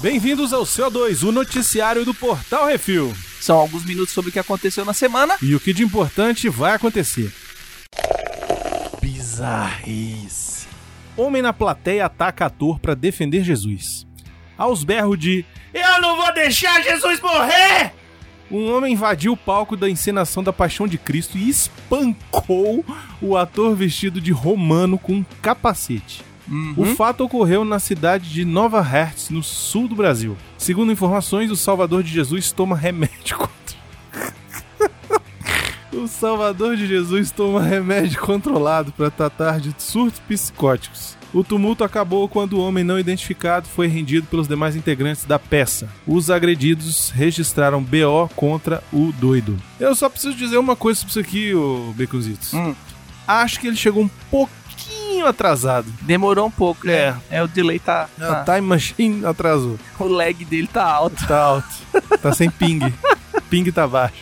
Bem-vindos ao CO2, o noticiário do Portal Refil. São alguns minutos sobre o que aconteceu na semana. E o que de importante vai acontecer? Bizarrice. Homem na plateia ataca ator para defender Jesus. Aos berros de Eu não vou deixar Jesus morrer! Um homem invadiu o palco da encenação da Paixão de Cristo e espancou o ator vestido de romano com um capacete. O fato ocorreu na cidade de Nova Hertz, no sul do Brasil. Segundo informações, o Salvador de Jesus toma remédio contra. o Salvador de Jesus toma remédio controlado para tratar de surtos psicóticos. O tumulto acabou quando o homem não identificado foi rendido pelos demais integrantes da peça. Os agredidos registraram BO contra o doido. Eu só preciso dizer uma coisa sobre isso aqui, ô Baconzitos. Hum. Acho que ele chegou um pouquinho atrasado. Demorou um pouco, né? É, o delay tá. A tá- time machine atrasou. O lag dele tá alto. Tá alto. Tá sem ping. ping tá baixo.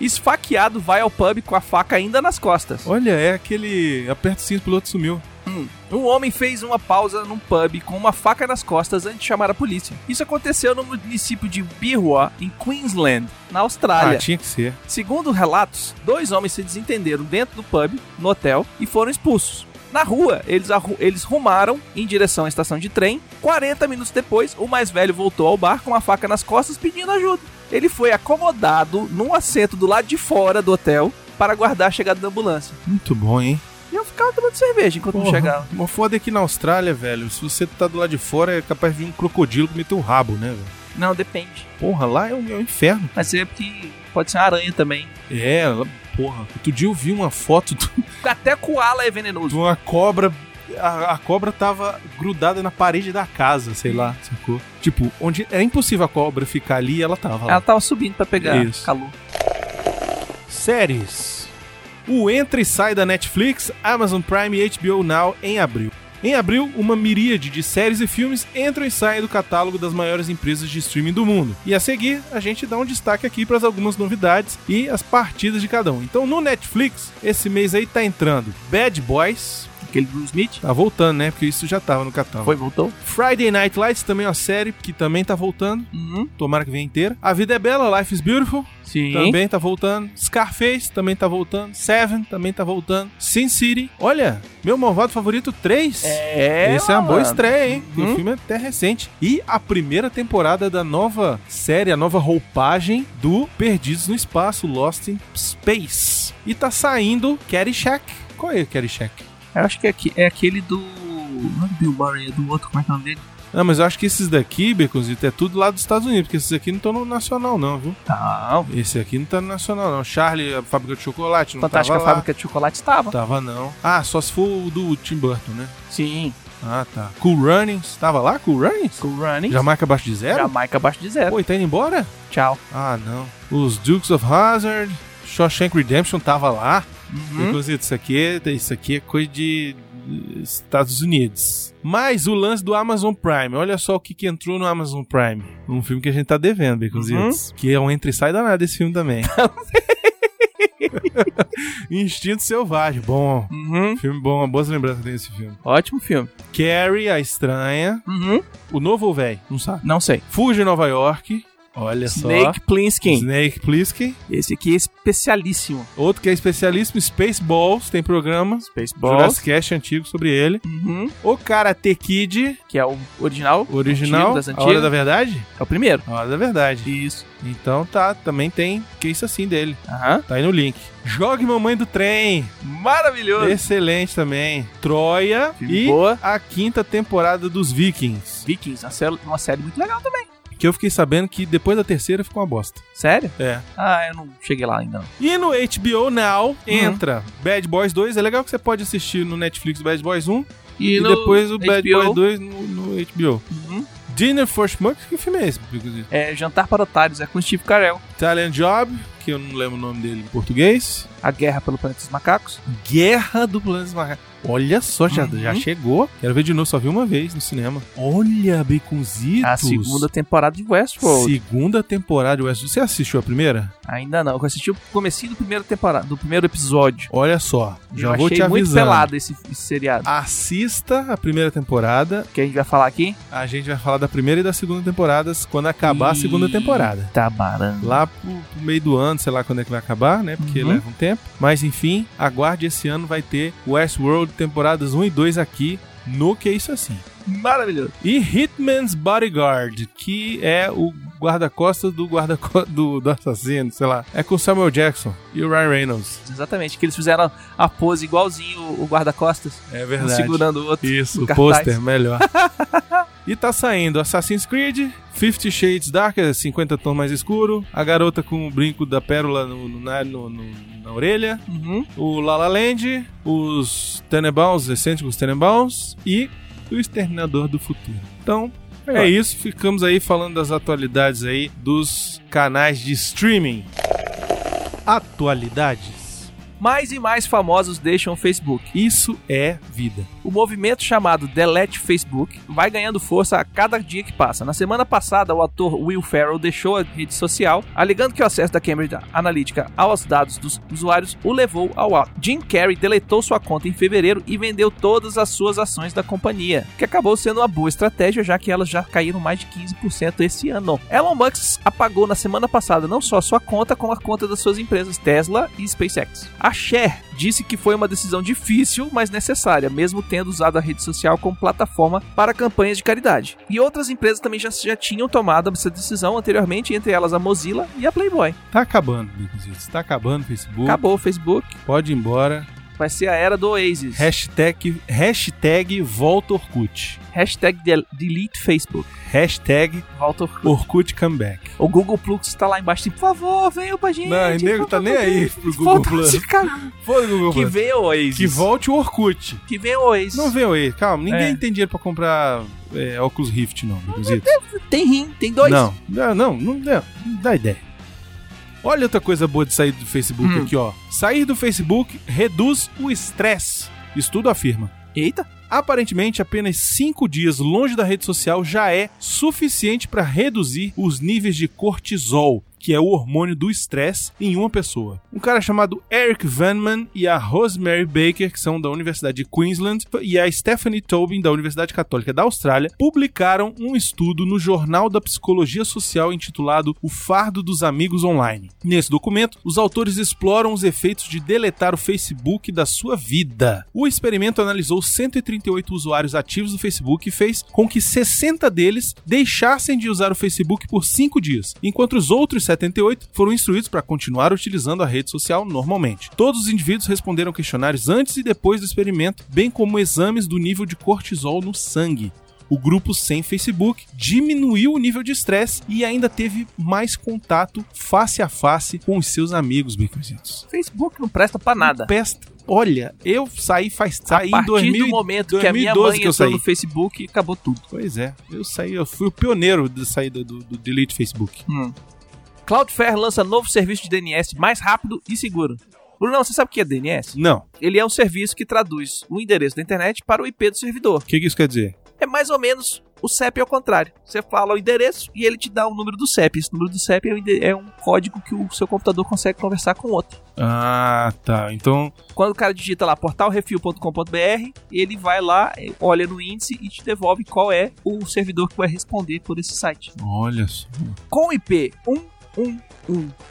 Esfaqueado vai ao pub com a faca ainda nas costas. Olha, é aquele. Aperta o cinto, o piloto sumiu. Um homem fez uma pausa num pub com uma faca nas costas antes de chamar a polícia. Isso aconteceu no município de Birwa, em Queensland, na Austrália. Ah, tinha que ser. Segundo relatos, dois homens se desentenderam dentro do pub, no hotel, e foram expulsos. Na rua, eles, arru- eles rumaram em direção à estação de trem. 40 minutos depois, o mais velho voltou ao bar com a faca nas costas pedindo ajuda. Ele foi acomodado num assento do lado de fora do hotel para guardar a chegada da ambulância. Muito bom, hein? E eu ficava tomando cerveja enquanto não Porra, chegava. Uma foda aqui na Austrália, velho. Se você tá do lado de fora, é capaz de vir um crocodilo comer teu rabo, né, velho? Não, depende. Porra, lá é o meu inferno. Mas é porque pode ser uma aranha também. É, lá- porra. Outro dia eu vi uma foto de um, Até koala é venenoso. uma cobra. A, a cobra tava grudada na parede da casa, sei lá, sacou? Tipo, onde é impossível a cobra ficar ali, ela tava lá. Ela tava subindo pra pegar Isso. calor. Séries. O entra e sai da Netflix, Amazon Prime e HBO Now em abril. Em abril, uma miríade de séries e filmes entram e saem do catálogo das maiores empresas de streaming do mundo. E a seguir, a gente dá um destaque aqui para algumas novidades e as partidas de cada um. Então, no Netflix, esse mês aí tá entrando Bad Boys, Aquele Bruce Smith. tá voltando, né? Porque isso já tava no catálogo. Foi, voltou. Friday Night Lights também é uma série que também tá voltando. Uhum. Tomara que venha inteira. A Vida é Bela, Life is Beautiful, Sim. também tá voltando. Scarface também tá voltando. Seven também tá voltando. Sin City. Olha, meu malvado favorito 3. É, Essa é uma boa malandro. estreia, hein? Uhum. O filme é até recente. E a primeira temporada da nova série, a nova roupagem do Perdidos no Espaço, Lost in Space. E tá saindo Caddyshack. Qual é o Caddyshack? Eu acho que é, aqui- é aquele do. Não é do Bill Murray, é do outro, como é que é o nome dele? Ah, mas eu acho que esses daqui, Beconzito, é tudo lá dos Estados Unidos, porque esses aqui não estão no nacional, não, viu? Não, Esse aqui não tá no nacional, não. Charlie, a fábrica de chocolate, não Fantástica tava lá. Fábrica de Chocolate tava. Tava não. Ah, só se for o do Tim Burton, né? Sim. Ah, tá. Cool Runnings. Tava lá, Cool Runnings? Cool Running. Jamaica abaixo de zero? Jamaica abaixo de zero. Pô, e tá indo embora? Tchau. Ah, não. Os Dukes of Hazard, Shawshank Redemption tava lá. Hum? Uhum. Inclusive, isso aqui, é- isso aqui é coisa de eh, Estados Unidos. Mas o lance do Amazon Prime, olha só o que, que entrou no Amazon Prime. Um filme que a gente tá devendo, Uhum. Baconzitos. Que é um entra e sai danado esse filme também. Instinto Selvagem, bom. Uhum. Filme bom, boas lembranças desse filme. Ótimo filme. Carrie, a estranha. Uhum. O novo ou velho? Não sabe. Não sei. Fuja em Nova York. Olha Snake só. Plissken. Snake Plissken. Esse aqui é especialíssimo. Outro que é especialíssimo, Spaceballs, tem programa. Spaceballs. Jurassic Cast antigo sobre ele. Uhum. O Karate Kid, Que é o original. o original. Antigo das a Hora antigas. da Verdade? É o primeiro. A Hora da Verdade. Isso. Então tá, também tem que isso assim dele. Aham. Tá aí no link. Jogue Mamãe do Trem. Maravilhoso. Excelente também. Troia. Filme é e boa. a quinta temporada dos Vikings. Vikings, uma série, uma série muito legal também. Que eu fiquei sabendo que depois da terceira ficou uma bosta. Sério? É. Ah, eu não cheguei lá ainda. não. E no HBO Now entra Bad Boys 2. É legal que você pode assistir no Netflix o Bad Boys 1 e, no depois o Bad HBO, Boys 2 no, no HBO. Uhum. Dinner for Schmucks, que filme é esse? inclusive? É Jantar para Otários, é com o Steve Carell. Italian Job, que eu não lembro o nome dele em português. A Guerra pelo Planeta dos Macacos. Guerra do Planeta dos Macacos. Olha só, já, Uhum. já chegou. Quero ver de novo, só vi uma vez no cinema. Olha, Baconzitos. A segunda temporada de Westworld. Segunda temporada de Westworld. Você assistiu a primeira? Ainda não. Eu assisti o comecinho do primeiro temporada, do primeiro episódio. Olha só, já eu vou achei te muito avisando. pelado esse, esse seriado. Assista a primeira temporada. Que a gente vai falar aqui? A gente vai falar da primeira e da segunda temporadas quando acabar a segunda temporada. Tabaran. Lá pro, pro meio do ano, sei lá quando é que vai acabar, né? Porque Uhum. leva um tempo. Mas enfim, aguarde esse ano vai ter Westworld temporadas 1 e 2 aqui no Que Isso Assim. Maravilhoso. E Hitman's Bodyguard, que é o guarda-costas do guarda do, do assassino, sei lá. É com Samuel Jackson e o Ryan Reynolds. Exatamente. Que eles fizeram a pose igualzinho o- o guarda-costas. É Um verdade. segurando o outro. Isso, no o cartaz. pôster, melhor. e tá saindo Assassin's Creed, Fifty Shades Darker, 50 tons mais escuro, a garota com o brinco da pérola no- no- na, no- no- na orelha, Uhum. o La La Land, os Tenenbaums, excêntricos Tenenbaums e o Exterminador do Futuro. Então, é isso. Ficamos aí falando das atualidades aí dos canais de streaming. Atualidades. Mais e mais famosos deixam o Facebook. Isso é vida. O movimento chamado Delete Facebook vai ganhando força a cada dia que passa. Na semana passada, o ator Will Ferrell deixou a rede social, alegando que o acesso da Cambridge Analytica aos dados dos usuários o levou ao ato. Jim Carrey deletou sua conta em fevereiro e vendeu todas as suas ações da companhia, que acabou sendo uma boa estratégia, já que elas já caíram mais de 15% esse ano. Elon Musk apagou na semana passada não só a sua conta, como a conta das suas empresas Tesla e SpaceX. A Cher disse que foi uma decisão difícil, mas necessária, mesmo tendo usado a rede social como plataforma para campanhas de caridade. E outras empresas também já, já tinham tomado essa decisão anteriormente, entre elas a Mozilla e a Playboy. Tá acabando, Bicos. Tá acabando o Facebook. Acabou o Facebook, Pode ir embora. vai ser a era do Oasis. Hashtag, hashtag volta Orkut. Hashtag del- delete Facebook. Hashtag Volta. Orkut comeback. O Google Plus tá lá embaixo, tipo, por favor, venham pra gente. Não, e nego por tá favor, nem aí venham. pro Google Foda-se, Plus. cara. Foi, Google Que Plus. venha o Oasis. Que volte o Orkut. Que venha o Oasis. Não vê o E, calma. Ninguém É. tem dinheiro pra comprar é, óculos Rift, não, Bicos. Tem rim, tem dois. Não, Ah, não, não, não, dá- não dá ideia. Olha outra coisa boa de sair do Facebook Hum. aqui, ó. Sair do Facebook reduz o estresse. Estudo afirma. Eita. Aparentemente, apenas 5 dias longe da rede social já é suficiente para reduzir os níveis de cortisol, que é o hormônio do estresse, em uma pessoa. Um cara chamado Eric Vanman e a Rosemary Baker, que são da Universidade de Queensland, e a Stephanie Tobin, da Universidade Católica da Austrália, publicaram um estudo no Jornal da Psicologia Social intitulado O Fardo dos Amigos Online. Nesse documento, os autores exploram os efeitos de deletar o Facebook da sua vida. O experimento analisou 138 usuários ativos do Facebook e fez com que 60 deles deixassem de usar o Facebook por 5 dias, enquanto os outros 78 foram instruídos para continuar utilizando a rede social normalmente. Todos os indivíduos responderam questionários antes e depois do experimento, bem como exames do nível de cortisol no sangue. O grupo sem Facebook diminuiu o nível de estresse e ainda teve mais contato face a face com os seus amigos, Baconzitos. Facebook não presta pra nada. Pesta. Olha, eu saí faz saí a em partir 2000 do momento que a minha 2012 mãe que eu entrou saí. no Facebook, acabou tudo. Pois é, eu saí, eu fui o pioneiro de sair do, do, do delete Facebook. Cloudflare Hum. lança novo serviço de DNS mais rápido e seguro. Brunão, você sabe o que é DNS? Não, Ele é um serviço que traduz o endereço da internet para o IP do servidor. o que, que isso quer dizer? É mais ou menos o CEP ao contrário. Você fala o endereço e ele te dá o número do CEP. Esse número do CEP é um ende- é um código que o seu computador consegue conversar com o outro. Ah, tá. Então, Quando o cara digita lá portalrefil.com.br, ele vai lá, eh, olha no índice e te devolve qual é o servidor que vai responder por esse site. olha só. Com o um IP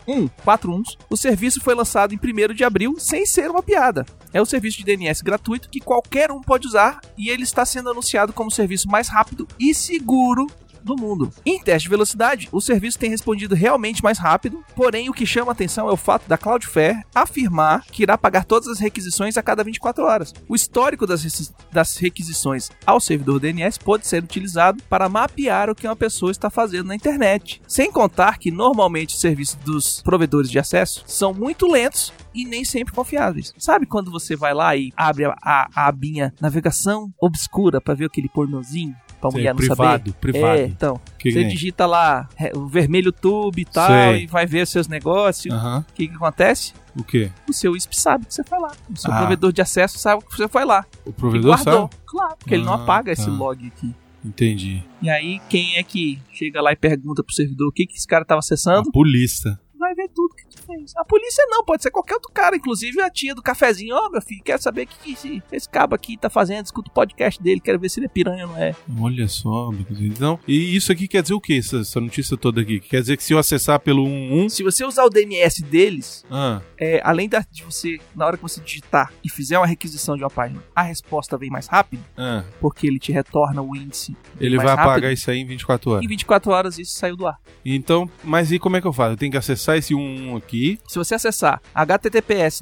111141, o serviço foi lançado em 1 de abril sem ser uma piada. É um serviço de DNS gratuito que qualquer um pode usar e ele está sendo anunciado como o serviço mais rápido e seguro do mundo. Em teste de velocidade, o serviço tem respondido realmente mais rápido, porém o que chama atenção é o fato da Cloudflare afirmar que irá pagar todas as requisições a cada 24 horas. O histórico das, requisi- das requisições ao servidor DNS pode ser utilizado para mapear o que uma pessoa está fazendo na internet. Sem contar que normalmente os serviços dos provedores de acesso são muito lentos e nem sempre confiáveis. Sabe quando você vai lá e abre a, a, a abinha navegação obscura para ver aquele pornozinho? pra Sei, mulher não saber. é privado, privado. É, então. Que que você tem? digita lá é, o vermelho tube e tal, Sei. e vai ver seus negócios. Aham. O que, que acontece? O quê? O seu ISP sabe que você foi lá. O seu Ah. provedor de acesso sabe que você foi lá. O E provedor guardou. sabe? Claro, porque ele não Ah, apaga esse tá. log aqui. Entendi. E aí, quem é que chega lá e pergunta pro servidor o que, que esse cara A tava acessando, polícia. vai ver tudo que tu fez. A polícia não, pode ser qualquer outro cara, inclusive a tia do cafezinho. Ó, meu filho, quero saber o que, que esse, esse cabo aqui tá fazendo, escuta o podcast dele, quero ver se ele é piranha ou não é. Olha só, Bicuzinho. então. E isso aqui quer dizer o quê? Essa, essa notícia toda aqui? Quer dizer que se eu acessar pelo 11. Se você usar o DNS deles, Ah, é, além da- de você, na hora que você digitar e fizer uma requisição de uma página, a resposta vem mais rápido, ah, porque ele te retorna o índice ele mais vai rápido. apagar isso aí em 24 horas. Em 24 horas isso saiu do ar. Então, mas e como é que eu faço? Eu tenho que acessar esse 1 aqui. Se você acessar https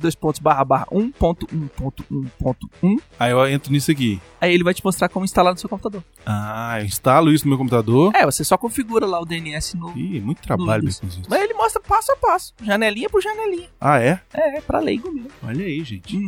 1.1.1.1, Aí eu entro nisso aqui. aí ele vai te mostrar como instalar no seu computador. Ah, eu instalo isso no meu computador. É, você só configura lá o DNS no, Ih, é muito trabalho, Isso. Bicuzinho. Mas ele mostra passo a passo, janelinha por janelinha. Ah, é? É, é pra leigo mesmo. Olha aí, gente.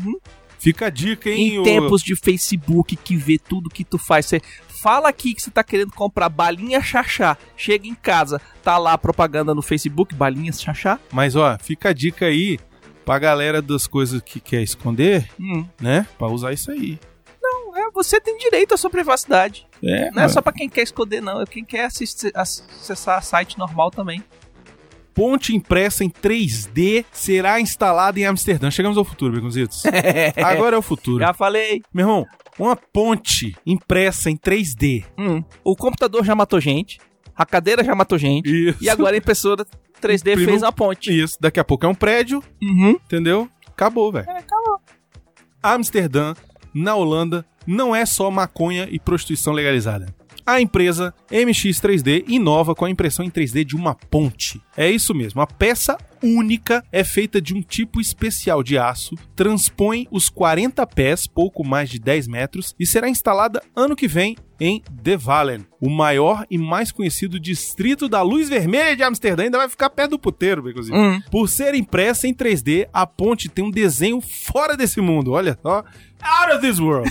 Fica a dica, hein? Em ô- tempos de Facebook que vê tudo que tu faz, você fala aqui que você tá querendo comprar balinha chachá, chega em casa, tá lá a propaganda no Facebook, balinha chachá. Mas, ó, fica a dica aí pra galera das coisas que quer esconder, Hum. né? Pra usar isso aí. Não, é, você tem direito à sua privacidade. É, Não é mano. só pra quem quer esconder, não. É quem quer assistir- acessar site normal também. ponte impressa em 3D será instalada em Amsterdã. Chegamos ao futuro, Beconzitos. Agora é o futuro. Já falei. Meu irmão, uma ponte impressa em 3D. Hum. O computador já matou gente, a cadeira já matou gente, Isso. e agora a impressora 3D Imprimiu- fez a ponte. Isso. Daqui a pouco é um prédio, Uhum. entendeu? Acabou, velho. É, acabou. Amsterdã, na Holanda, não é só maconha e prostituição legalizada. A empresa MX3D inova com a impressão em 3D de uma ponte. É isso mesmo, a peça única é feita de um tipo especial de aço, transpõe os 40 pés, pouco mais de 10 metros, e será instalada ano que vem em De Valen, o maior e mais conhecido distrito da luz vermelha de Amsterdã. Ainda vai ficar perto do puteiro, inclusive. Hum. Por ser impressa em 3D, a ponte tem um desenho fora desse mundo. Olha só. Out of this world.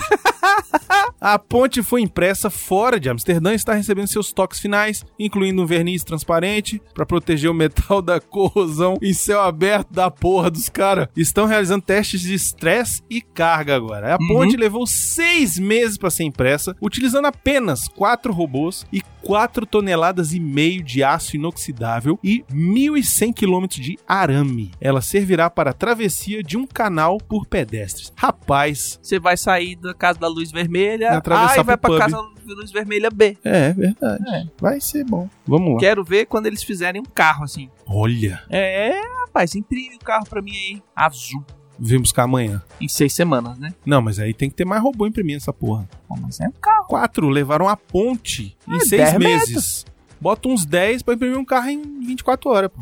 a ponte foi impressa fora de Amsterdã e está recebendo seus toques finais, incluindo um verniz transparente para proteger o metal da corrosão em céu aberto da porra dos caras. Estão realizando testes de estresse e carga agora. A Uhum. ponte levou seis meses para ser impressa, utilizando apenas quatro robôs e 4 toneladas e meio de aço inoxidável e 1.100 quilômetros de arame. Ela servirá para a travessia de um canal por pedestres. Rapaz, Você vai sair da casa da luz vermelha Atravessar A e vai pro pra pub. casa da luz vermelha B. é verdade. Vai ser bom. Vamos lá. Quero ver quando eles fizerem um carro assim. Olha, É, rapaz, imprime o carro pra mim aí. Azul. vem buscar amanhã. Em seis semanas, né? Não, mas aí tem que ter mais robô imprimir essa porra. Pô, mas é um carro. Quatro levaram a ponte em É, 6 10 meses. Bota uns 10 pra imprimir um carro em 24 horas, pô.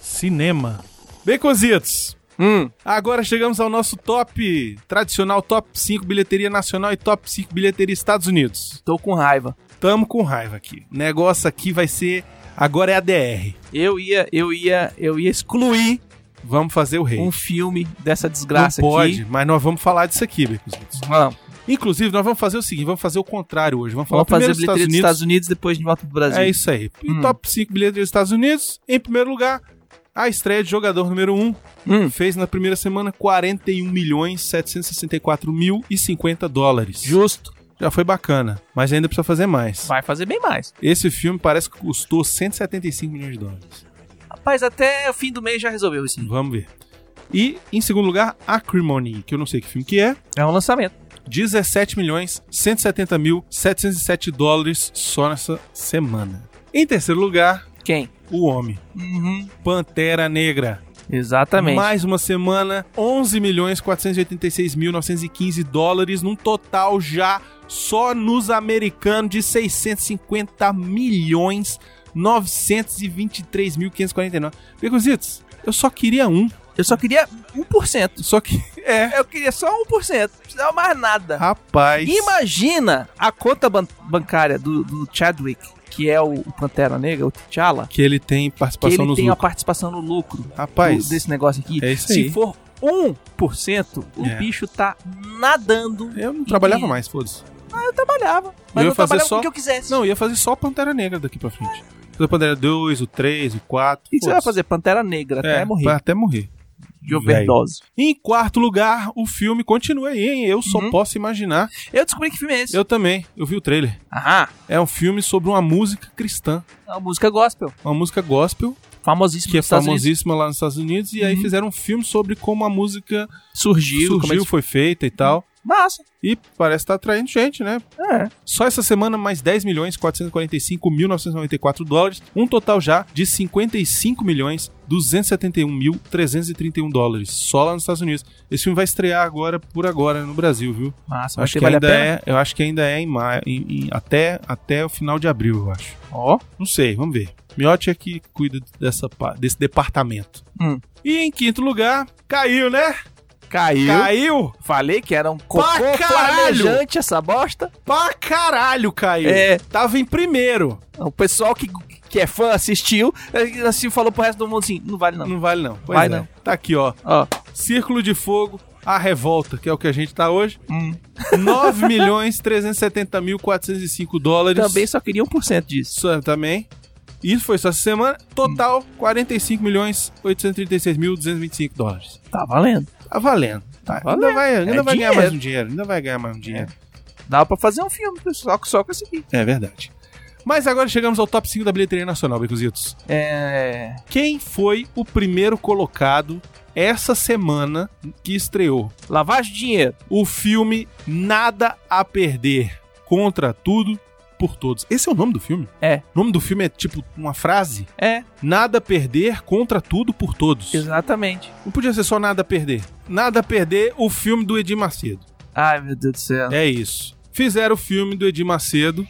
Cinema. Baconzitos. Hum. Agora chegamos ao nosso top tradicional, top 5 bilheteria nacional e top 5 bilheteria Estados Unidos. Tô com raiva. Tamo com raiva aqui. Negócio aqui vai ser. Agora é a DR. Eu ia, eu ia, eu ia excluir Vamos fazer o rei. um filme dessa Não desgraça pode, aqui. mas nós vamos falar disso aqui, Beconzitos. Vamos, Inclusive, nós vamos fazer o seguinte: vamos fazer o contrário hoje. Vamos falar vamos fazer primeiro a dos Estados bilheteria dos Unidos. Estados Unidos depois de volta pro Brasil. É isso aí. E Hum. Top 5 bilheteria dos Estados Unidos. Em primeiro lugar, a estreia de jogador número 1, Hum. fez na primeira semana 41 milhões 764 mil e 50 dólares. Justo. Já foi bacana, mas ainda precisa fazer mais. Vai fazer bem mais. Esse filme parece que custou 175 milhões de dólares. Rapaz, até o fim do mês já resolveu isso. Vamos ver. E, em segundo lugar, Acrimony, que eu não sei que filme que é, É um lançamento. 17 milhões 170 mil 707 dólares só nessa semana. Em terceiro lugar, Quem? O Homem, Uhum. Pantera Negra. Exatamente. Mais uma semana, 11 milhões 486 mil 915 dólares, num total já só nos americanos de 650 milhões 923 mil 549. Pecositos, eu só queria um. Eu só queria 1%. Só que, é, Eu queria só 1%. Não precisava mais nada. rapaz. Imagina a conta ban- bancária do, do Chadwick, que é o, o Pantera Negra, o T'Challa, Que ele tem que participação ele nos tem a lucros. participação no lucro Rapaz, do- desse negócio aqui. é isso Se aí. for 1%, o É. bicho tá nadando. eu não trabalhava mais, foda-se. Ah, eu trabalhava. Eu Mas ia eu, fazer trabalhava só- com o que eu quisesse. Não, eu ia fazer só Pantera Negra daqui pra frente. Fazer Pantera 2, o 3, o 4. E você vai fazer Pantera Negra até morrer É, vai Até morrer. de overdose. Em quarto lugar, o filme continua aí, hein? Eu só Uhum. posso imaginar. Eu descobri que filme é esse. Eu também, eu vi o trailer. Ah, É um filme sobre uma música cristã. é uma música gospel. Uma música gospel, Famosíssima que é nos Estados Unidos. famosíssima lá nos Estados Unidos. E aí Uhum. fizeram um filme sobre como a música Surgiu. surgiu, como é que- foi feita e tal. Massa. E parece estar atraindo gente, né? É. Só essa semana, mais 10 milhões 445.994 dólares, um total já de 55 milhões 271.331 dólares, só lá nos Estados Unidos. Esse filme vai estrear agora, por agora, no Brasil, viu? acho Massa. Acho que, vale ainda a pena. é, eu acho que ainda é em maio, em- em- até, até o final de abril, eu acho. Ó. Não sei, vamos ver. Miotti é que cuida dessa, pa- desse departamento. Hum. E em quinto lugar, caiu, né? Caiu. Caiu Falei que era um cocô Pra caralho! planejante essa bosta. pra caralho, caiu. É. Tava em primeiro. O pessoal que, que é fã assistiu, eh, assim, falou pro resto do mundo assim, não vale não. Não vale não. Vai é. não. Tá aqui, ó. Ó. Círculo de Fogo, A Revolta, que é o que a gente tá hoje. Hum. 9 milhões 370 mil 405 dólares. Também só queria 1% disso. Isso é, também. Isso foi só essa semana. Total, Hum. 45 milhões 836 mil 225 dólares. Tá valendo. Tá valendo. Tá, valendo. Ainda vai, ainda É vai ganhar dinheiro. mais um dinheiro. Ainda vai ganhar mais um dinheiro. Dá pra fazer um filme só, só com esse aqui. É, verdade. Mas agora chegamos ao top 5 da bilheteria nacional, Becuzitos. É... Quem foi o primeiro colocado essa semana que estreou? Lavagem de dinheiro. o filme Nada a Perder contra tudo por todos. Esse é o nome do filme? É. O nome do filme é tipo uma frase? É, Nada a perder contra tudo por todos. exatamente. Não podia ser só nada a perder. Nada a perder, o filme do Edir Macedo. Ai, meu Deus do céu. É isso. Fizeram o filme do Edir Macedo.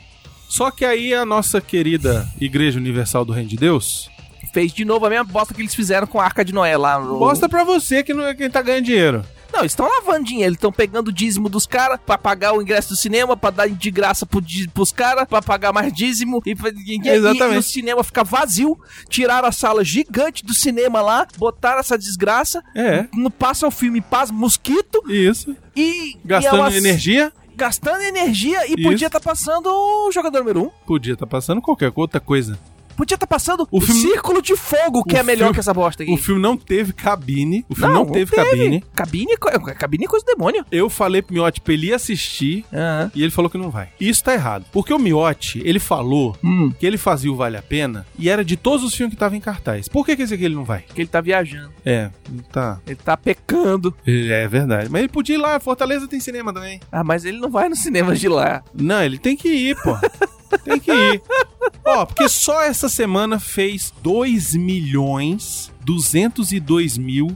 Só que aí a nossa querida Igreja Universal do Reino de Deus. Fez de novo a mesma bosta que eles fizeram com a Arca de Noé lá. No... Mostra pra você que não é quem tá ganhando dinheiro. Não, eles estão lavando dinheiro. Eles estão pegando o dízimo dos caras pra pagar o ingresso do cinema, pra dar de graça pro, dí- pros caras, pra pagar mais dízimo. E, pra- e- e- Exatamente. e o cinema fica vazio. Tiraram a sala gigante do cinema lá, botaram essa desgraça. É. Não passa o filme Paz Mosquito Isso. e. e Gastando elas- energia. Gastando energia e Isso. podia estar passando o jogador número 1. Um. Podia estar passando qualquer outra coisa. Podia estar passando O o filme- Círculo de Fogo, que O é melhor filme- que essa bosta aqui. O filme não teve cabine. O filme não, teve, cabine. Cabine é co- cabine é coisa do demônio. Eu falei pro Miotti pra ele ir assistir e ele falou que não vai. Isso tá errado. Porque o Miotti, ele falou Hum, que ele fazia o Vale a Pena e era de todos os filmes que estavam em cartaz. Por que, que esse aqui ele não vai? porque ele tá viajando. É, não tá. Ele tá pecando. É verdade. Mas ele podia ir lá, Fortaleza tem cinema também. Ah, mas ele não vai nos cinemas de lá. Não, ele tem que ir, pô. tem que ir. Ó, porque só essa semana fez 2 milhões 202 mil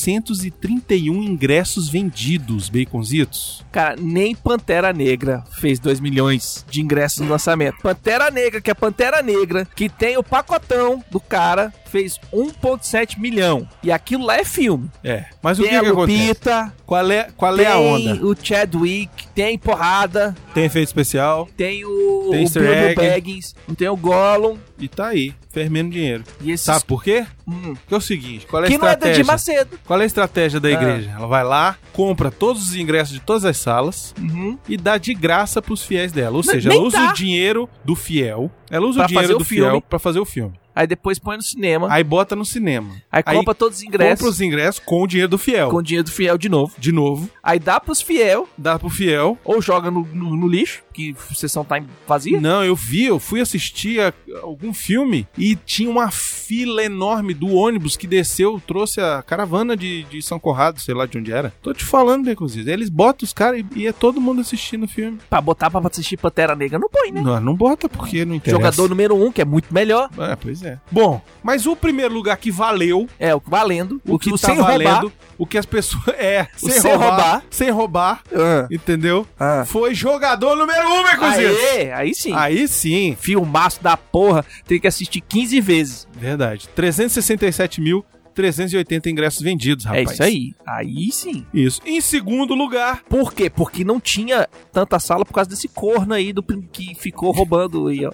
831 ingressos vendidos, baconzitos. Cara, nem Pantera Negra fez 2 milhões de ingressos no lançamento. Pantera Negra, que é Pantera Negra, que tem o pacotão do cara, fez 1,7 milhão. E aquilo lá é filme. É. Mas o que, tem que a acontece? Lupita, Qual é, qual é tem a onda? o Chadwick, tem porrada, Tem efeito especial tem o, Tem o easter egg. Baggins, tem o Gollum. e tá aí, fermendo dinheiro. E esses... Sabe por quê? Hum. Porque é o seguinte, qual é a que não é do Tá estratégia? Edir Macedo. Qual é a estratégia da Ah. igreja? Ela vai lá, compra todos os ingressos de todas as salas Uhum. e dá de graça pros fiéis dela. Ou Mas seja, nem ela usa dá. o dinheiro do fiel. Ela usa Pra o dinheiro fazer o do filme. fiel pra fazer o filme. Aí depois põe no cinema. Aí bota no cinema. Aí, aí compra todos os ingressos Compra os ingressos com o dinheiro do fiel. com o dinheiro do fiel de novo. De novo, Aí dá pros fiel, dá pro fiel. ou joga no, no- no lixo, que a sessão tá em- vazia. Não, eu vi, eu fui assistir a- algum filme e tinha uma fila enorme do ônibus que desceu, trouxe a caravana de, de São Corrado, sei lá de onde era. Tô te falando, Beconzitos. Eles botam os caras e, e é todo mundo assistindo o filme. Pra botar pra assistir Pantera Negra, não põe, né? Não, não bota porque não interessa. Jogador número um, que é muito melhor. É, pois é. Bom, mas o primeiro lugar que valeu, É, o que valendo. o que o tá valendo, o que as pessoas. É, O sem roubar. Sem roubar, roubar. entendeu? Ah. Foi jogador número um, Beconzitos. Aê, aí sim. Aí sim. Filmaço da porra, tem que assistir 15 vezes. Verdade. 367.380 ingressos vendidos, rapaz. É isso aí. Aí sim. Isso. Em segundo lugar, Por quê? Porque não tinha tanta sala por causa desse corno aí do prim- que ficou roubando aí, ó.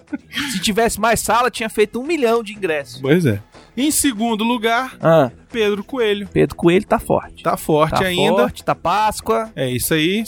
Se tivesse mais sala, tinha feito um milhão de ingressos. pois é. Em segundo lugar, Ah, Pedro Coelho. Pedro Coelho tá forte. Tá forte Tá ainda. forte, tá Páscoa. É isso aí,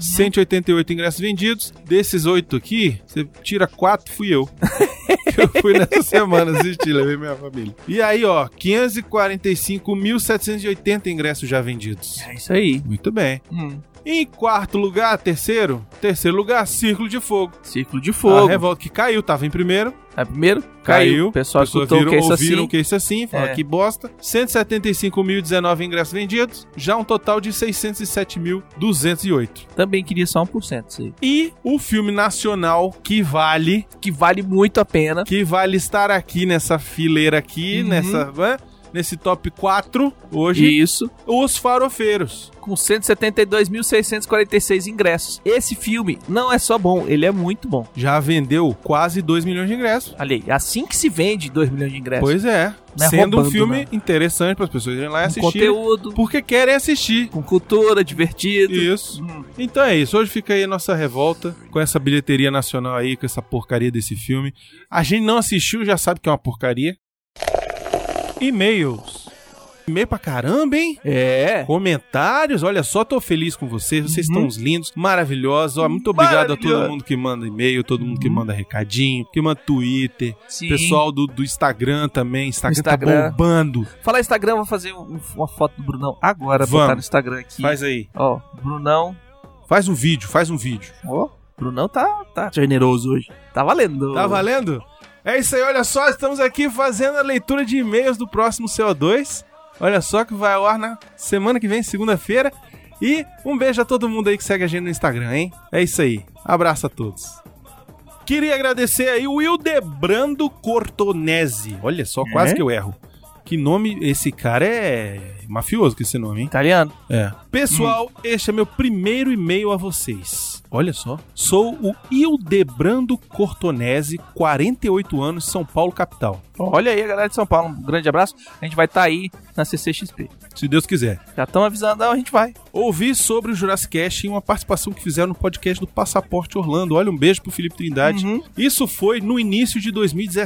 193.188 ingressos vendidos. Desses oito aqui, você tira quatro, fui eu. Que eu fui nessa semana assistir, levei minha família. E aí, ó, 545.780 ingressos já vendidos. É isso aí. Muito bem. Hum. Em quarto lugar, terceiro, terceiro lugar, Círculo de Fogo. Círculo de A fogo. revolta que caiu, tava em primeiro. É, primeiro, caiu. Caiu. O pessoal Pessoa escutou o viram- que é isso ouviram assim. que é isso assim, falaram É. que bosta. 175.019 ingressos vendidos, já um total de 607.208. Também queria só 1% isso aí. E o filme nacional que vale, Que vale muito a pena. que vale estar aqui nessa fileira aqui, Uhum. nessa, né, nesse top 4 hoje, Isso. Os Farofeiros. Com 172.646 ingressos. Esse filme não é só bom, ele é muito bom. Já vendeu quase 2 milhões de ingressos. Olha aí, assim que se vende 2 milhões de ingressos. Pois é, Não é sendo um roubando, filme interessante para as pessoas irem lá e com assistirem, conteúdo, porque querem assistir. com cultura, divertido. Isso. Hum. Então é isso. Hoje fica aí a nossa revolta com essa bilheteria nacional aí, com essa porcaria desse filme. A gente não assistiu, já sabe que é uma porcaria. E-mails. E-mail pra caramba, hein? É. Comentários, olha só, tô feliz com vocês. Vocês Uhum. estão uns lindos, maravilhosos. Ó, muito obrigado a todo Maravilhoso. Uhum. mundo que manda e-mail, todo mundo que manda recadinho, que manda Twitter, Sim. pessoal do, do Instagram também. Instagram, tá Instagram. bombando. Falar Instagram, vou fazer um- uma foto do Brunão agora, botar Vamos. no Instagram aqui. Faz aí. Ó, Brunão. Faz um vídeo, faz um vídeo. Ó, Brunão tá, tá generoso hoje. Tá valendo. Tá valendo? É isso aí, olha só, estamos aqui fazendo a leitura de e-mails do próximo CO2. Olha só que vai ao ar na semana que vem, segunda-feira. E um beijo a todo mundo aí que segue a gente no Instagram, hein? É isso aí. Abraço a todos. Queria agradecer aí o Wildebrando Cortonese. Olha só, quase É? que eu erro. Que nome, esse cara é mafioso com esse nome, hein? Italiano? É. Pessoal, este é meu primeiro e-mail a vocês. Olha só. Sou o Ildebrando Cortonese, 48 anos, São Paulo, capital. Olha aí a galera de São Paulo, um grande abraço. A gente vai estar aí na CCXP. Se Deus quiser. Já estão avisando, ah, a gente vai. Ouvi sobre o Jurassic Cast em uma participação que fizeram no podcast do Passaporte Orlando. Olha, um beijo pro Felipe Trindade. Uhum. Isso foi no início de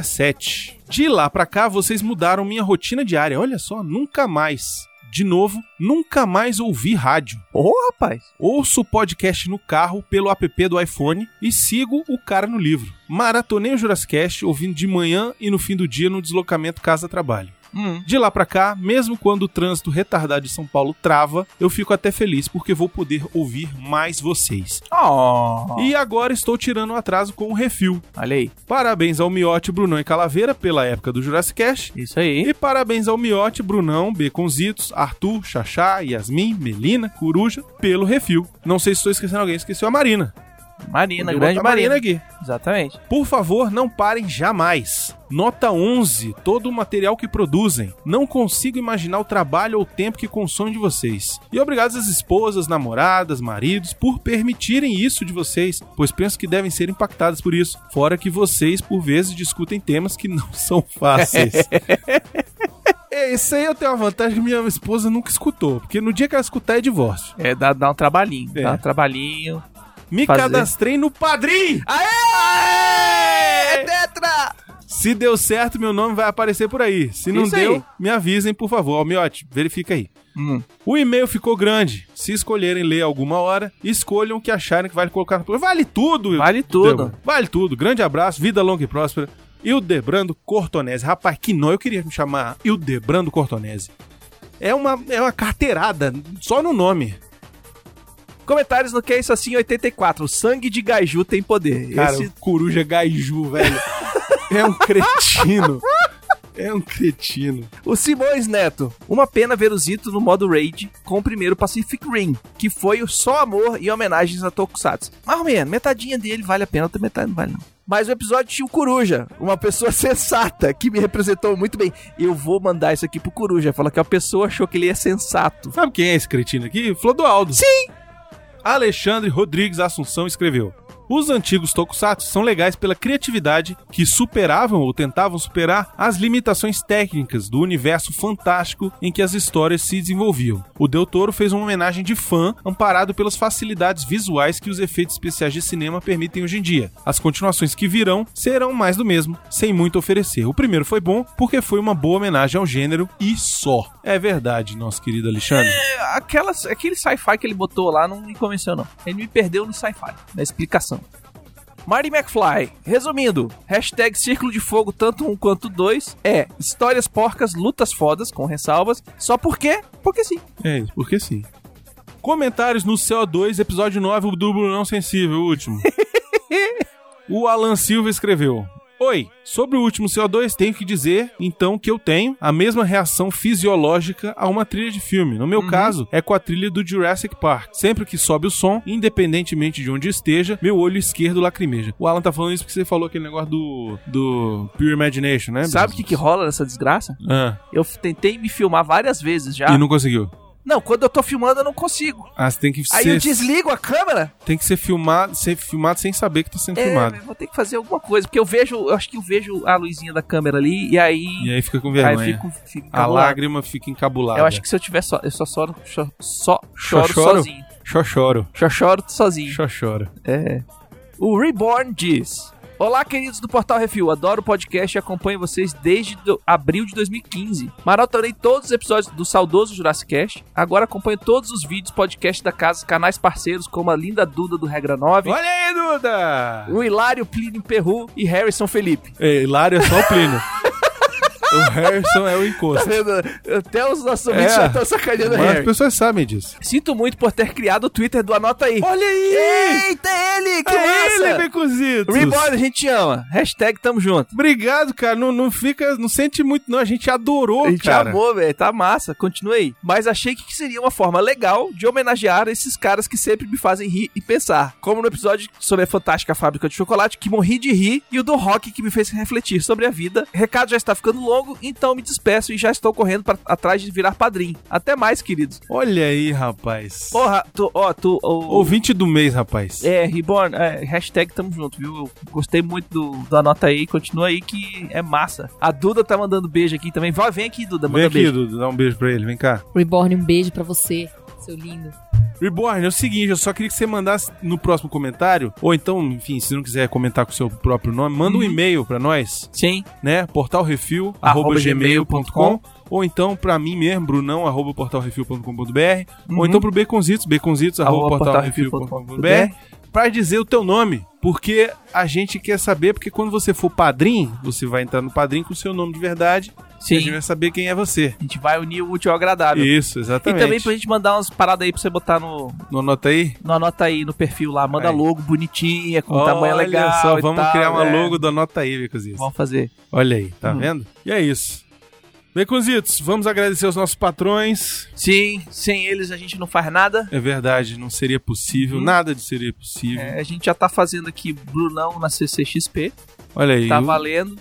2017. De lá pra cá, vocês mudaram minha rotina diária. Olha só, nunca mais. De novo, nunca mais ouvi rádio. Ô, rapaz. Ouço o podcast no carro pelo app do iPhone e sigo o cara no livro. Maratonei o Jurassicast ouvindo de manhã e no fim do dia no deslocamento casa-trabalho. Hum. De lá pra cá, mesmo quando o trânsito retardado de São Paulo trava, eu fico até feliz porque vou poder ouvir mais vocês. Ó. E agora estou tirando o atraso com o refil. Olha aí. Parabéns ao Miote, Brunão e Calaveira pela época do Jurassicast. Isso aí. E parabéns ao Miote, Brunão, Beconzitos, Arthur, Xaxá, Yasmin, Melina, Coruja, pelo refil. Não sei se estou esquecendo alguém, esqueceu a Marina. Marina, Vou grande botar a Marina. aqui. Exatamente. Por favor, não parem jamais. Nota 11, todo o material que produzem. Não consigo imaginar o trabalho ou o tempo que consome de vocês. E obrigado às esposas, namoradas, maridos por permitirem isso de vocês, pois penso que devem ser impactadas por isso. Fora que vocês, por vezes, discutem temas que não são fáceis. É, Isso aí eu tenho uma vantagem que minha esposa nunca escutou, porque no dia que ela escutar é divórcio. É, dá, dá um trabalhinho. É. Dá um trabalhinho. Me Fazer. cadastrei no Padrim! Aê! É tetra! Se deu certo, meu nome vai aparecer por aí. Se não Isso deu, aí. me avisem, por favor. Almiote, verifica aí. Hum. O e-mail ficou grande. Se escolherem ler alguma hora, escolham o que acharem que vale colocar no programa. Vale tudo! Vale tudo. Deu. Vale tudo. Grande abraço, vida longa e próspera. Ildebrando Cortonese. Rapaz, que não, eu queria me chamar Ildebrando Cortonese. É uma, é uma carteirada, só no nome. Comentários no que é isso assim 84. O sangue de Gaiju tem poder. Cara, Esse o coruja gaiju, velho. é um cretino. É um cretino. O Simões Neto. Uma pena ver o Zito no modo Raid com o primeiro Pacific Rim, que foi o só amor e homenagens a Tokusatsu. Mas, ou menos, metadinha dele vale a pena, outra metade não vale não. Mas o episódio tinha o Coruja, uma pessoa sensata, que me representou muito bem. Eu vou mandar isso aqui pro Coruja, falar que a pessoa achou que ele é sensato. Sabe quem é esse cretino aqui? Flodoaldo. Sim! Alexandre Rodrigues Assunção escreveu. Os antigos tokusatsu são legais pela criatividade que superavam ou tentavam superar as limitações técnicas do universo fantástico em que as histórias se desenvolviam. O Del Toro fez uma homenagem de fã amparado pelas facilidades visuais que os efeitos especiais de cinema permitem hoje em dia. As continuações que virão serão mais do mesmo, sem muito oferecer. O primeiro foi bom porque foi uma boa homenagem ao gênero e só. É verdade, nosso querido Alexandre. Aquelas, aquele sci-fi que ele botou lá não me convenceu, não. Ele me perdeu no sci-fi, na explicação. Marty McFly, resumindo, hashtag Círculo de Fogo, tanto um quanto dois, é histórias porcas, lutas fodas, com ressalvas, só porque, porque sim. É isso, porque sim. Comentários no CO2, episódio 9, o dublo não sensível, o último. o Alan Silva escreveu. Oi, sobre o último CO2, tenho que dizer, então, que eu tenho a mesma reação fisiológica a uma trilha de filme. No Uhum. meu caso, é com a trilha do Jurassic Park. Sempre que sobe o som, independentemente de onde esteja, meu olho esquerdo lacrimeja. O Alan tá falando isso porque você falou aquele negócio do, do Pure Imagination, né? Sabe o que, que rola nessa desgraça? Ah, Eu f- tentei me filmar várias vezes já. e Não... não conseguiu. quando eu tô filmando eu não consigo. Ah, você tem que Aí ser, eu desligo a câmera. tem que ser filmado, ser filmado sem saber que tá sendo filmado. É, eu vou ter que fazer alguma coisa, porque eu vejo, eu acho que eu vejo a luzinha da câmera ali e aí, E aí fica com aí vergonha. fico, fico A encabulado. lágrima fica encabulada. Eu acho que se eu tiver só, eu só choro, cho- só choro choro? sozinho. Xoxoro. Só choro sozinho. Xoxoro. É. O Reborn diz: Olá, queridos do Portal Refil. Adoro o podcast e acompanho vocês desde do- abril de 2015. Maratonei todos os episódios do saudoso Jurassic Cast. Agora acompanho todos os vídeos, podcast da casa, canais parceiros, como a linda Duda do Regra 9, Olha aí, Duda! o Hilário Plínio Perru e Harrison Felipe. Ei, Hilário é só o Plínio. o Harrison é o Tá encosto. vendo? Até os nossos ouvintes É. já estão sacaneando o Mas as Harry. pessoas sabem disso. Sinto muito por ter criado o Twitter do Anota aí. Olha aí! Eita, ele! Que é ele, massa! Becuzitos! Reborn, a gente te ama. Hashtag tamo junto. Obrigado, cara. Não, não fica, não sente muito, não. A gente adorou, A gente cara. amou, velho. Tá massa. Continua aí. Mas achei que seria uma forma legal de homenagear esses caras que sempre me fazem rir e pensar. Como no episódio sobre a fantástica fábrica de chocolate, que morri de rir, e o do rock que me fez refletir sobre a vida. O recado já está ficando longo, então me despeço e já estou correndo pra, atrás de virar padrinho. Até mais, queridos. Olha aí, rapaz. Porra, tu, ó, tu. ó, Ouvinte do mês, rapaz. É, Reborn, é, hashtag tamo junto, viu? Eu gostei muito do, da nota aí, continua aí que é massa. A Duda tá mandando beijo aqui também. Vai, vem aqui, Duda, Vem manda aqui, beijo. Duda, dá um beijo pra ele. Vem cá. Reborn, um beijo pra você, seu lindo. Reborn, é o seguinte, eu só queria que você mandasse no próximo comentário, ou então, enfim, se não quiser comentar com o seu próprio nome, manda um Uhum. e-mail pra nós. Sim. né? Portalrefil, Arroba arroba gmail.com gmail.com, ou então pra mim mesmo, Brunão, arroba portalrefil.com.br ou Uhum. então pro Beconzitos, beconzitos, arroba Arroba portalrefil.com.br pra dizer o teu nome, porque a gente quer saber, porque quando você for padrinho, você vai entrar no padrinho com o seu nome de verdade e a gente Sim. vai saber quem é você. A gente vai unir o útil ao agradável. E, Isso, exatamente. também pra gente mandar umas paradas aí pra você botar no, Não anota aí? no anota aí no perfil lá. Manda Aí. logo bonitinha, com Olha Um tamanho legal. só, e vamos tal, criar uma né? logo do Anota aí, Beconzitos. Vamos fazer. Olha aí, tá Hum. vendo? E é isso. Beconzitos, vamos agradecer aos nossos patrões, Sim, sem eles a gente não faz nada. É verdade, não seria possível, Hum. nada de seria possível. É, a gente já tá fazendo aqui Brunão na CCXP. Olha aí. Tá o- valendo.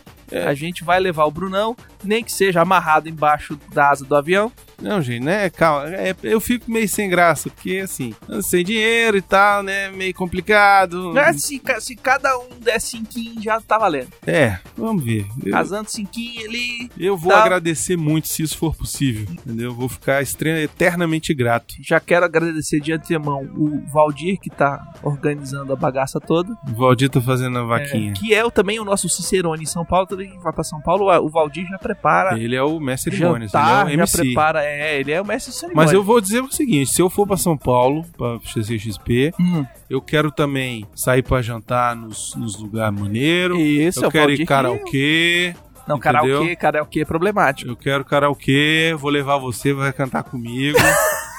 A gente vai levar o Brunão, nem que seja amarrado embaixo da asa do avião. Não, gente, né? Calma. é, eu fico meio sem graça, porque assim, sem dinheiro e tal, né? Meio complicado. Né, Se, ca- se cada um der cinquinho, já tá valendo. É, vamos ver. Eu, Casando cinquinho ali, eu vou Tá. agradecer muito se isso for possível. Entendeu? Eu Vou ficar extre- eternamente grato. Já quero agradecer de antemão o Valdir, que tá organizando a bagaça toda. O Valdir tá fazendo a vaquinha. Que é o- também o nosso Cicerone em São Paulo. Também vai pra São Paulo, o Valdir já prepara Ele é o mestre cerimônias, ele é jantar, o já MC. prepara... É, ele é o mestre Mas cerimônia. eu vou dizer o seguinte: se eu for pra São Paulo, pra XCXP, Hum, eu quero também sair pra jantar nos, nos lugares maneiros. isso, é eu o quero Valdir ir que- karaokê, Não, entendeu? karaokê, karaokê é problemático. eu quero karaokê, vou levar você, vai cantar comigo,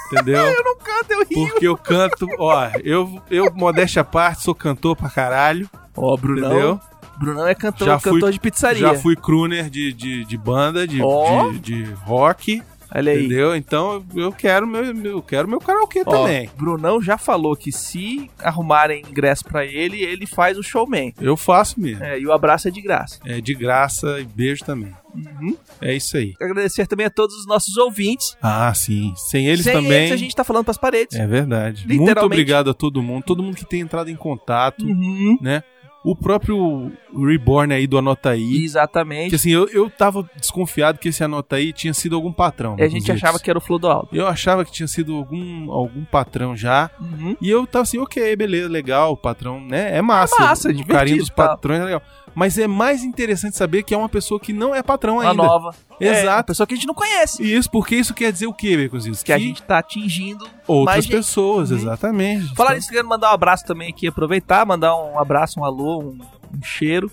entendeu? Cadê o Rio? Porque eu canto, ó, eu, eu modéstia à parte, sou cantor pra caralho, Ó, Brunão. entendeu? Brunão é cantor, Já fui- cantor de pizzaria. Já fui crooner de, de, de banda, de, Ó. de, de rock, Olha aí. Entendeu? Então eu quero meu, meu- eu quero meu karaokê Ó, também. Brunão já falou que se arrumarem ingresso pra ele, ele faz o showman. Eu faço mesmo. É, e o abraço é de graça. É de graça e beijo também. Uhum. É isso aí. Agradecer também a todos os nossos ouvintes. Ah, sim. Sem eles Sem também. Eles, a gente tá falando pras paredes. É verdade. Muito Literalmente. obrigado a todo mundo, todo mundo que tem entrado em contato, Uhum. né? O próprio Reborn aí do Anotaí. Que Exatamente. assim, eu, eu tava desconfiado que esse Anotaí tinha sido algum patrão. E a gente dos achava outros. que era o Flodoaldo. Eu achava que tinha sido algum, algum patrão já. Uhum. E eu tava assim, ok, beleza, legal, o patrão, né? É massa. É massa, é o carinho dos divertido, tá. patrões é legal. Mas é mais interessante saber que é uma pessoa que não é patrão Uma ainda. nova. É, uma Exato. pessoa que a gente não conhece. E isso, porque isso quer dizer o quê, Beconzitos? Que, a gente tá atingindo. mais outras gente. pessoas, Uhum. exatamente. Então, Falar nisso, querendo mandar um abraço também aqui, aproveitar, mandar um abraço, um alô, um, um cheiro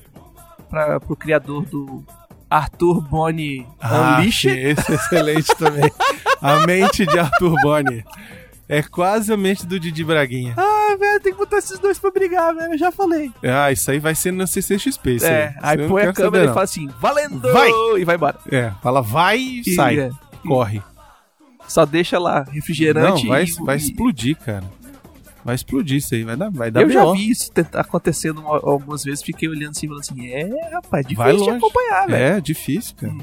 pra, pro criador do Arthur Boni Ah, Unleashed. sim, Esse é excelente também. A mente de Arthur Bonner. É quase a mente do Didi Braguinha. Ah, velho, tem que botar esses dois pra brigar, velho. Eu já falei. Ah, isso aí vai ser no CCXP. isso é, aí Isso eu não põe a quero câmera saber, e não. fala assim, valendo! Vai! E vai embora. É, fala vai e E, sai. é, Corre. só deixa lá, refrigerante. Não, vai, e- vai e- explodir, cara. Vai explodir isso aí, vai dar, vai dar Eu já B.O.. vi isso tentar- acontecendo uma- algumas vezes, fiquei olhando assim, falando assim, é, rapaz, difícil Vai de longe. acompanhar, velho. É, difícil, cara.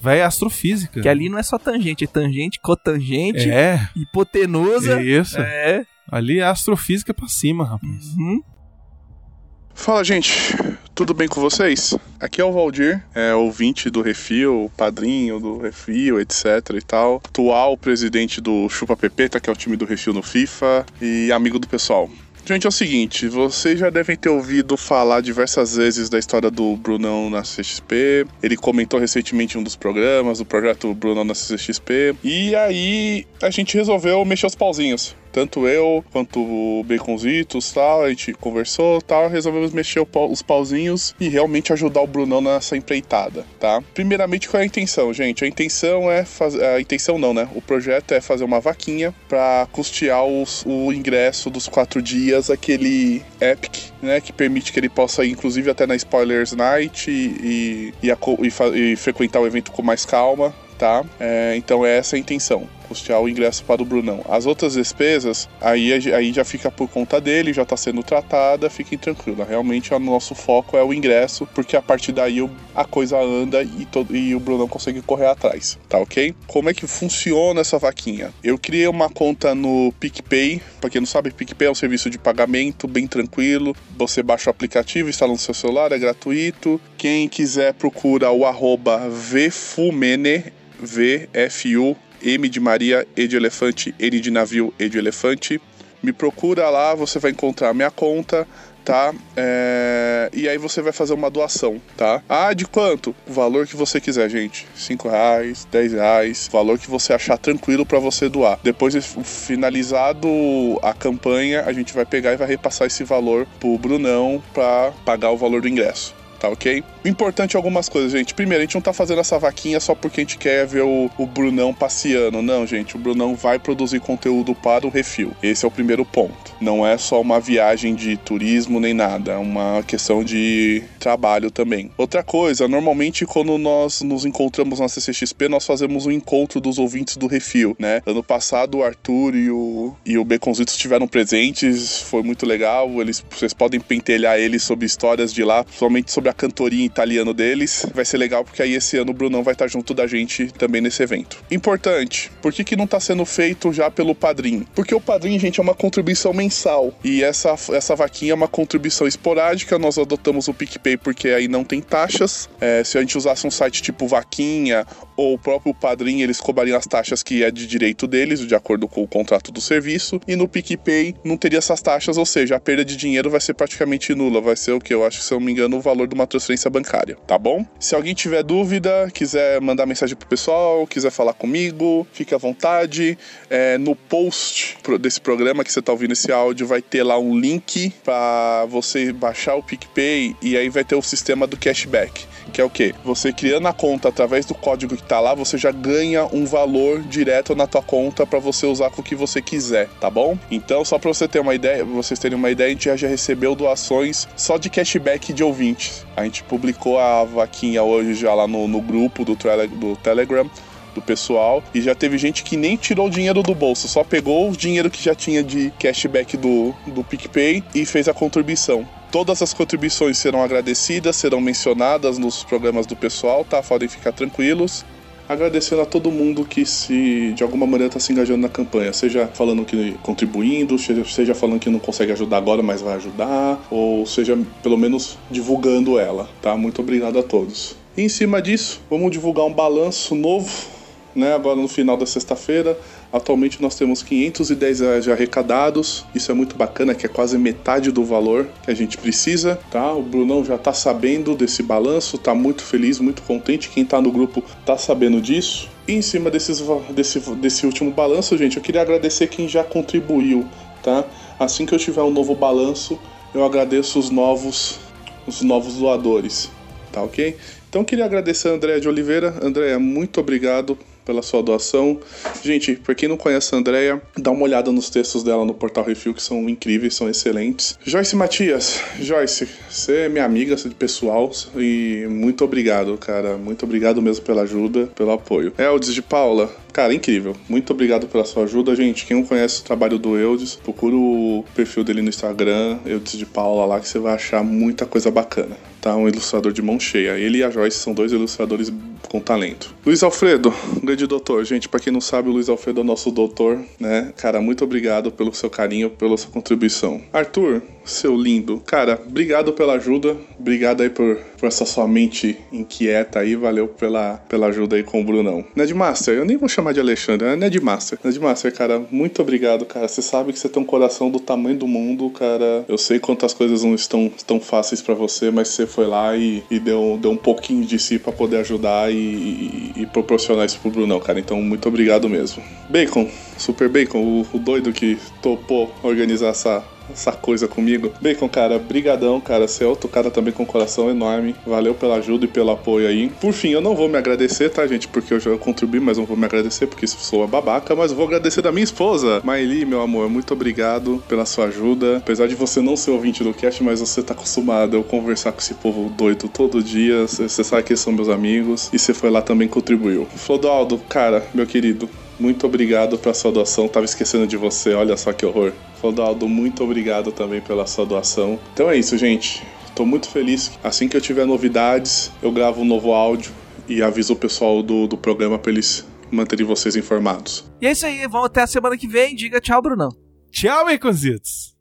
Vai é astrofísica. né? Que ali não é só tangente, é tangente, cotangente, É, hipotenusa. é isso. É. Ali é astrofísica pra cima, rapaz. Uhum. Fala, gente. Tudo bem com vocês? Aqui é o Valdir, é, ouvinte do Refil, padrinho do Refil, etc e tal. Atual presidente do Chupa Pepeta, que é o time do Refil no FIFA, e amigo do pessoal. Gente, é o seguinte, vocês já devem ter ouvido falar diversas vezes da história do Brunão na CXP. Ele comentou recentemente em um dos programas, o projeto Brunão na CXP. E aí a gente resolveu mexer os pauzinhos. Tanto eu quanto o Baconzitos tal, a gente conversou tal, resolvemos mexer o pau- os pauzinhos e realmente ajudar o Brunão nessa empreitada, tá? Primeiramente, qual é a intenção, gente? A intenção é fazer. A intenção não, né? O projeto é fazer uma vaquinha para custear os- o ingresso dos quatro dias, aquele Epic, né? Que permite que ele possa ir, inclusive, até na Spoilers Night e, e, e aco- e fa- e frequentar o evento com mais calma, tá? É, então é essa a intenção. Custear o ingresso para o Brunão. As outras despesas, aí, a ge- aí já fica por conta dele, já tá sendo tratada, fiquem tranquila. Realmente o nosso foco é o ingresso, porque a partir daí o- a coisa anda e, todo, e o Brunão consegue correr atrás, tá ok? Como é que funciona essa vaquinha? Eu criei uma conta no PicPay, pra quem não sabe, PicPay é um serviço de pagamento bem tranquilo. Você baixa o aplicativo, instala no seu celular, é gratuito. Quem quiser procura o arroba VFUMENE, V-F-U, M de Maria, E de Elefante, N de Navio, E de Elefante. Me procura lá, você vai encontrar a minha conta, tá? É, E aí você vai fazer uma doação, tá? Ah, de quanto? O valor que você quiser, gente. 5 reais, 10 reais, o valor que você achar tranquilo pra você doar. Depois, finalizado a campanha, a gente vai pegar e vai repassar esse valor pro Brunão pra pagar o valor do ingresso tá ok? Importante algumas coisas, gente. Primeiro, a gente não tá fazendo essa vaquinha só porque a gente quer ver o, o Brunão passeando. Não, gente, o Brunão vai produzir conteúdo para o refil. Esse é o primeiro ponto. Não é só uma viagem de turismo nem nada, é uma questão de trabalho também. Outra coisa, normalmente quando nós nos encontramos na CCXP, nós fazemos um encontro dos ouvintes do refil, né? Ano passado o Arthur e o, e o Beconzitos estiveram presentes, foi muito legal. Eles, vocês podem pentelhar eles sobre histórias de lá, principalmente sobre a cantoria italiana deles. Vai ser legal porque aí esse ano o Brunão vai estar junto da gente também nesse evento. Importante, por que, que não está sendo feito já pelo Padrim? Porque o Padrim, gente, é uma contribuição mensal e essa, essa vaquinha é uma contribuição esporádica. Nós adotamos o PicPay porque aí não tem taxas. É, se a gente usasse um site tipo Vaquinha ou o próprio Padrim, eles cobrariam as taxas que é de direito deles, de acordo com o contrato do serviço, e no PicPay não teria essas taxas, ou seja, a perda de dinheiro vai ser praticamente nula, vai ser o que eu acho, se eu não me engano, o valor de uma transferência bancária, tá bom? Se alguém tiver dúvida, quiser mandar mensagem pro pessoal, quiser falar comigo, fique à vontade, é, no post pro- desse programa que você tá ouvindo esse áudio, vai ter lá um link para você baixar o PicPay e aí vai ter o sistema do cashback que é o quê? Você criando a conta através do código que tá lá, você já ganha um valor direto na tua conta para você usar com o que você quiser, tá bom? Então, só para você ter uma ideia, vocês terem uma ideia, a gente já- já recebeu doações só de cashback de ouvintes. A gente publicou a vaquinha hoje já lá no, no grupo do, Tele- do Telegram do pessoal. E já teve gente que nem tirou o dinheiro do bolso, só pegou o dinheiro que já tinha de cashback do, do PicPay e fez a contribuição. Todas as contribuições serão agradecidas, serão mencionadas nos programas do pessoal, tá? Podem ficar tranquilos agradecendo a todo mundo que se de alguma maneira está se engajando na campanha, seja falando que contribuindo, seja, seja falando que não consegue ajudar agora, mas vai ajudar, ou seja pelo menos divulgando ela, tá? Muito obrigado a todos. E em cima disso, vamos divulgar um balanço novo, né? Agora no final da sexta-feira, Atualmente nós temos 510 reais já arrecadados, isso é muito bacana, que é quase metade do valor que a gente precisa, tá? O Brunão já tá sabendo desse balanço, tá muito feliz, muito contente, quem tá no grupo tá sabendo disso. E em cima desses, desse, desse último balanço, gente, eu queria agradecer quem já contribuiu, tá? Assim que eu tiver um novo balanço, eu agradeço os novos, os novos doadores, tá ok? Então queria agradecer a Andréa de Oliveira. Andréa, muito obrigado pela sua doação. Gente, para quem não conhece a Andrea, dá uma olhada nos textos dela no Portal Refil, que são incríveis, são excelentes. Joyce Matias, Joyce, você é minha amiga de pessoal e muito obrigado, cara. Muito obrigado mesmo pela ajuda, pelo apoio. Eldes de Paula, cara, incrível. Muito obrigado pela sua ajuda, gente. Quem não conhece o trabalho do Eldes, procura o perfil dele no Instagram, Eldes de Paula, lá que você vai achar muita coisa bacana. Tá um ilustrador de mão cheia. Ele e a Joyce são dois ilustradores com talento. Luiz Alfredo, um grande doutor. Gente, para quem não sabe, o Luiz Alfredo é o nosso doutor, né? Cara, muito obrigado pelo seu carinho, pela sua contribuição. Arthur, seu lindo. Cara, obrigado pela ajuda. Obrigado aí por, por essa sua mente inquieta aí. Valeu pela, pela ajuda aí com o Brunão. Nedmaster, eu nem vou chamar de Alexandre, é Nedmaster. Nedmaster, cara, muito obrigado, cara. Você sabe que você tem um coração do tamanho do mundo, cara. Eu sei quantas coisas não estão tão fáceis para você, mas você foi lá e, e deu, deu um pouquinho de si para poder ajudar e, e, e proporcionar isso pro Brunão, cara. Então, muito obrigado mesmo. Bacon, Super Bacon, o, o doido que topou organizar essa, essa coisa comigo. Bacon, cara, brigadão, cara. Você é outro cara também com um coração enorme. Valeu pela ajuda e pelo apoio aí. Por fim, eu não vou me agradecer, tá, gente? Porque eu já contribuí, mas não vou me agradecer porque isso sou a babaca. Mas vou agradecer da minha esposa, Maeli, meu amor. Muito obrigado pela sua ajuda. Apesar de você não ser ouvinte do cast, mas você tá acostumado a eu conversar com esse povo doido todo dia. Você sabe que são meus amigos. E você foi lá também contribuiu. Flodaldo, cara, meu querido, muito obrigado pela sua doação. Tava esquecendo de você, olha só que horror. Rodaldo, muito obrigado também pela sua doação. Então é isso, gente. Tô muito feliz. Assim que eu tiver novidades, eu gravo um novo áudio e aviso o pessoal do, do programa pra eles manterem vocês informados. E é isso aí, vamos até a semana que vem. Diga tchau, Brunão. Tchau, Baconzitos!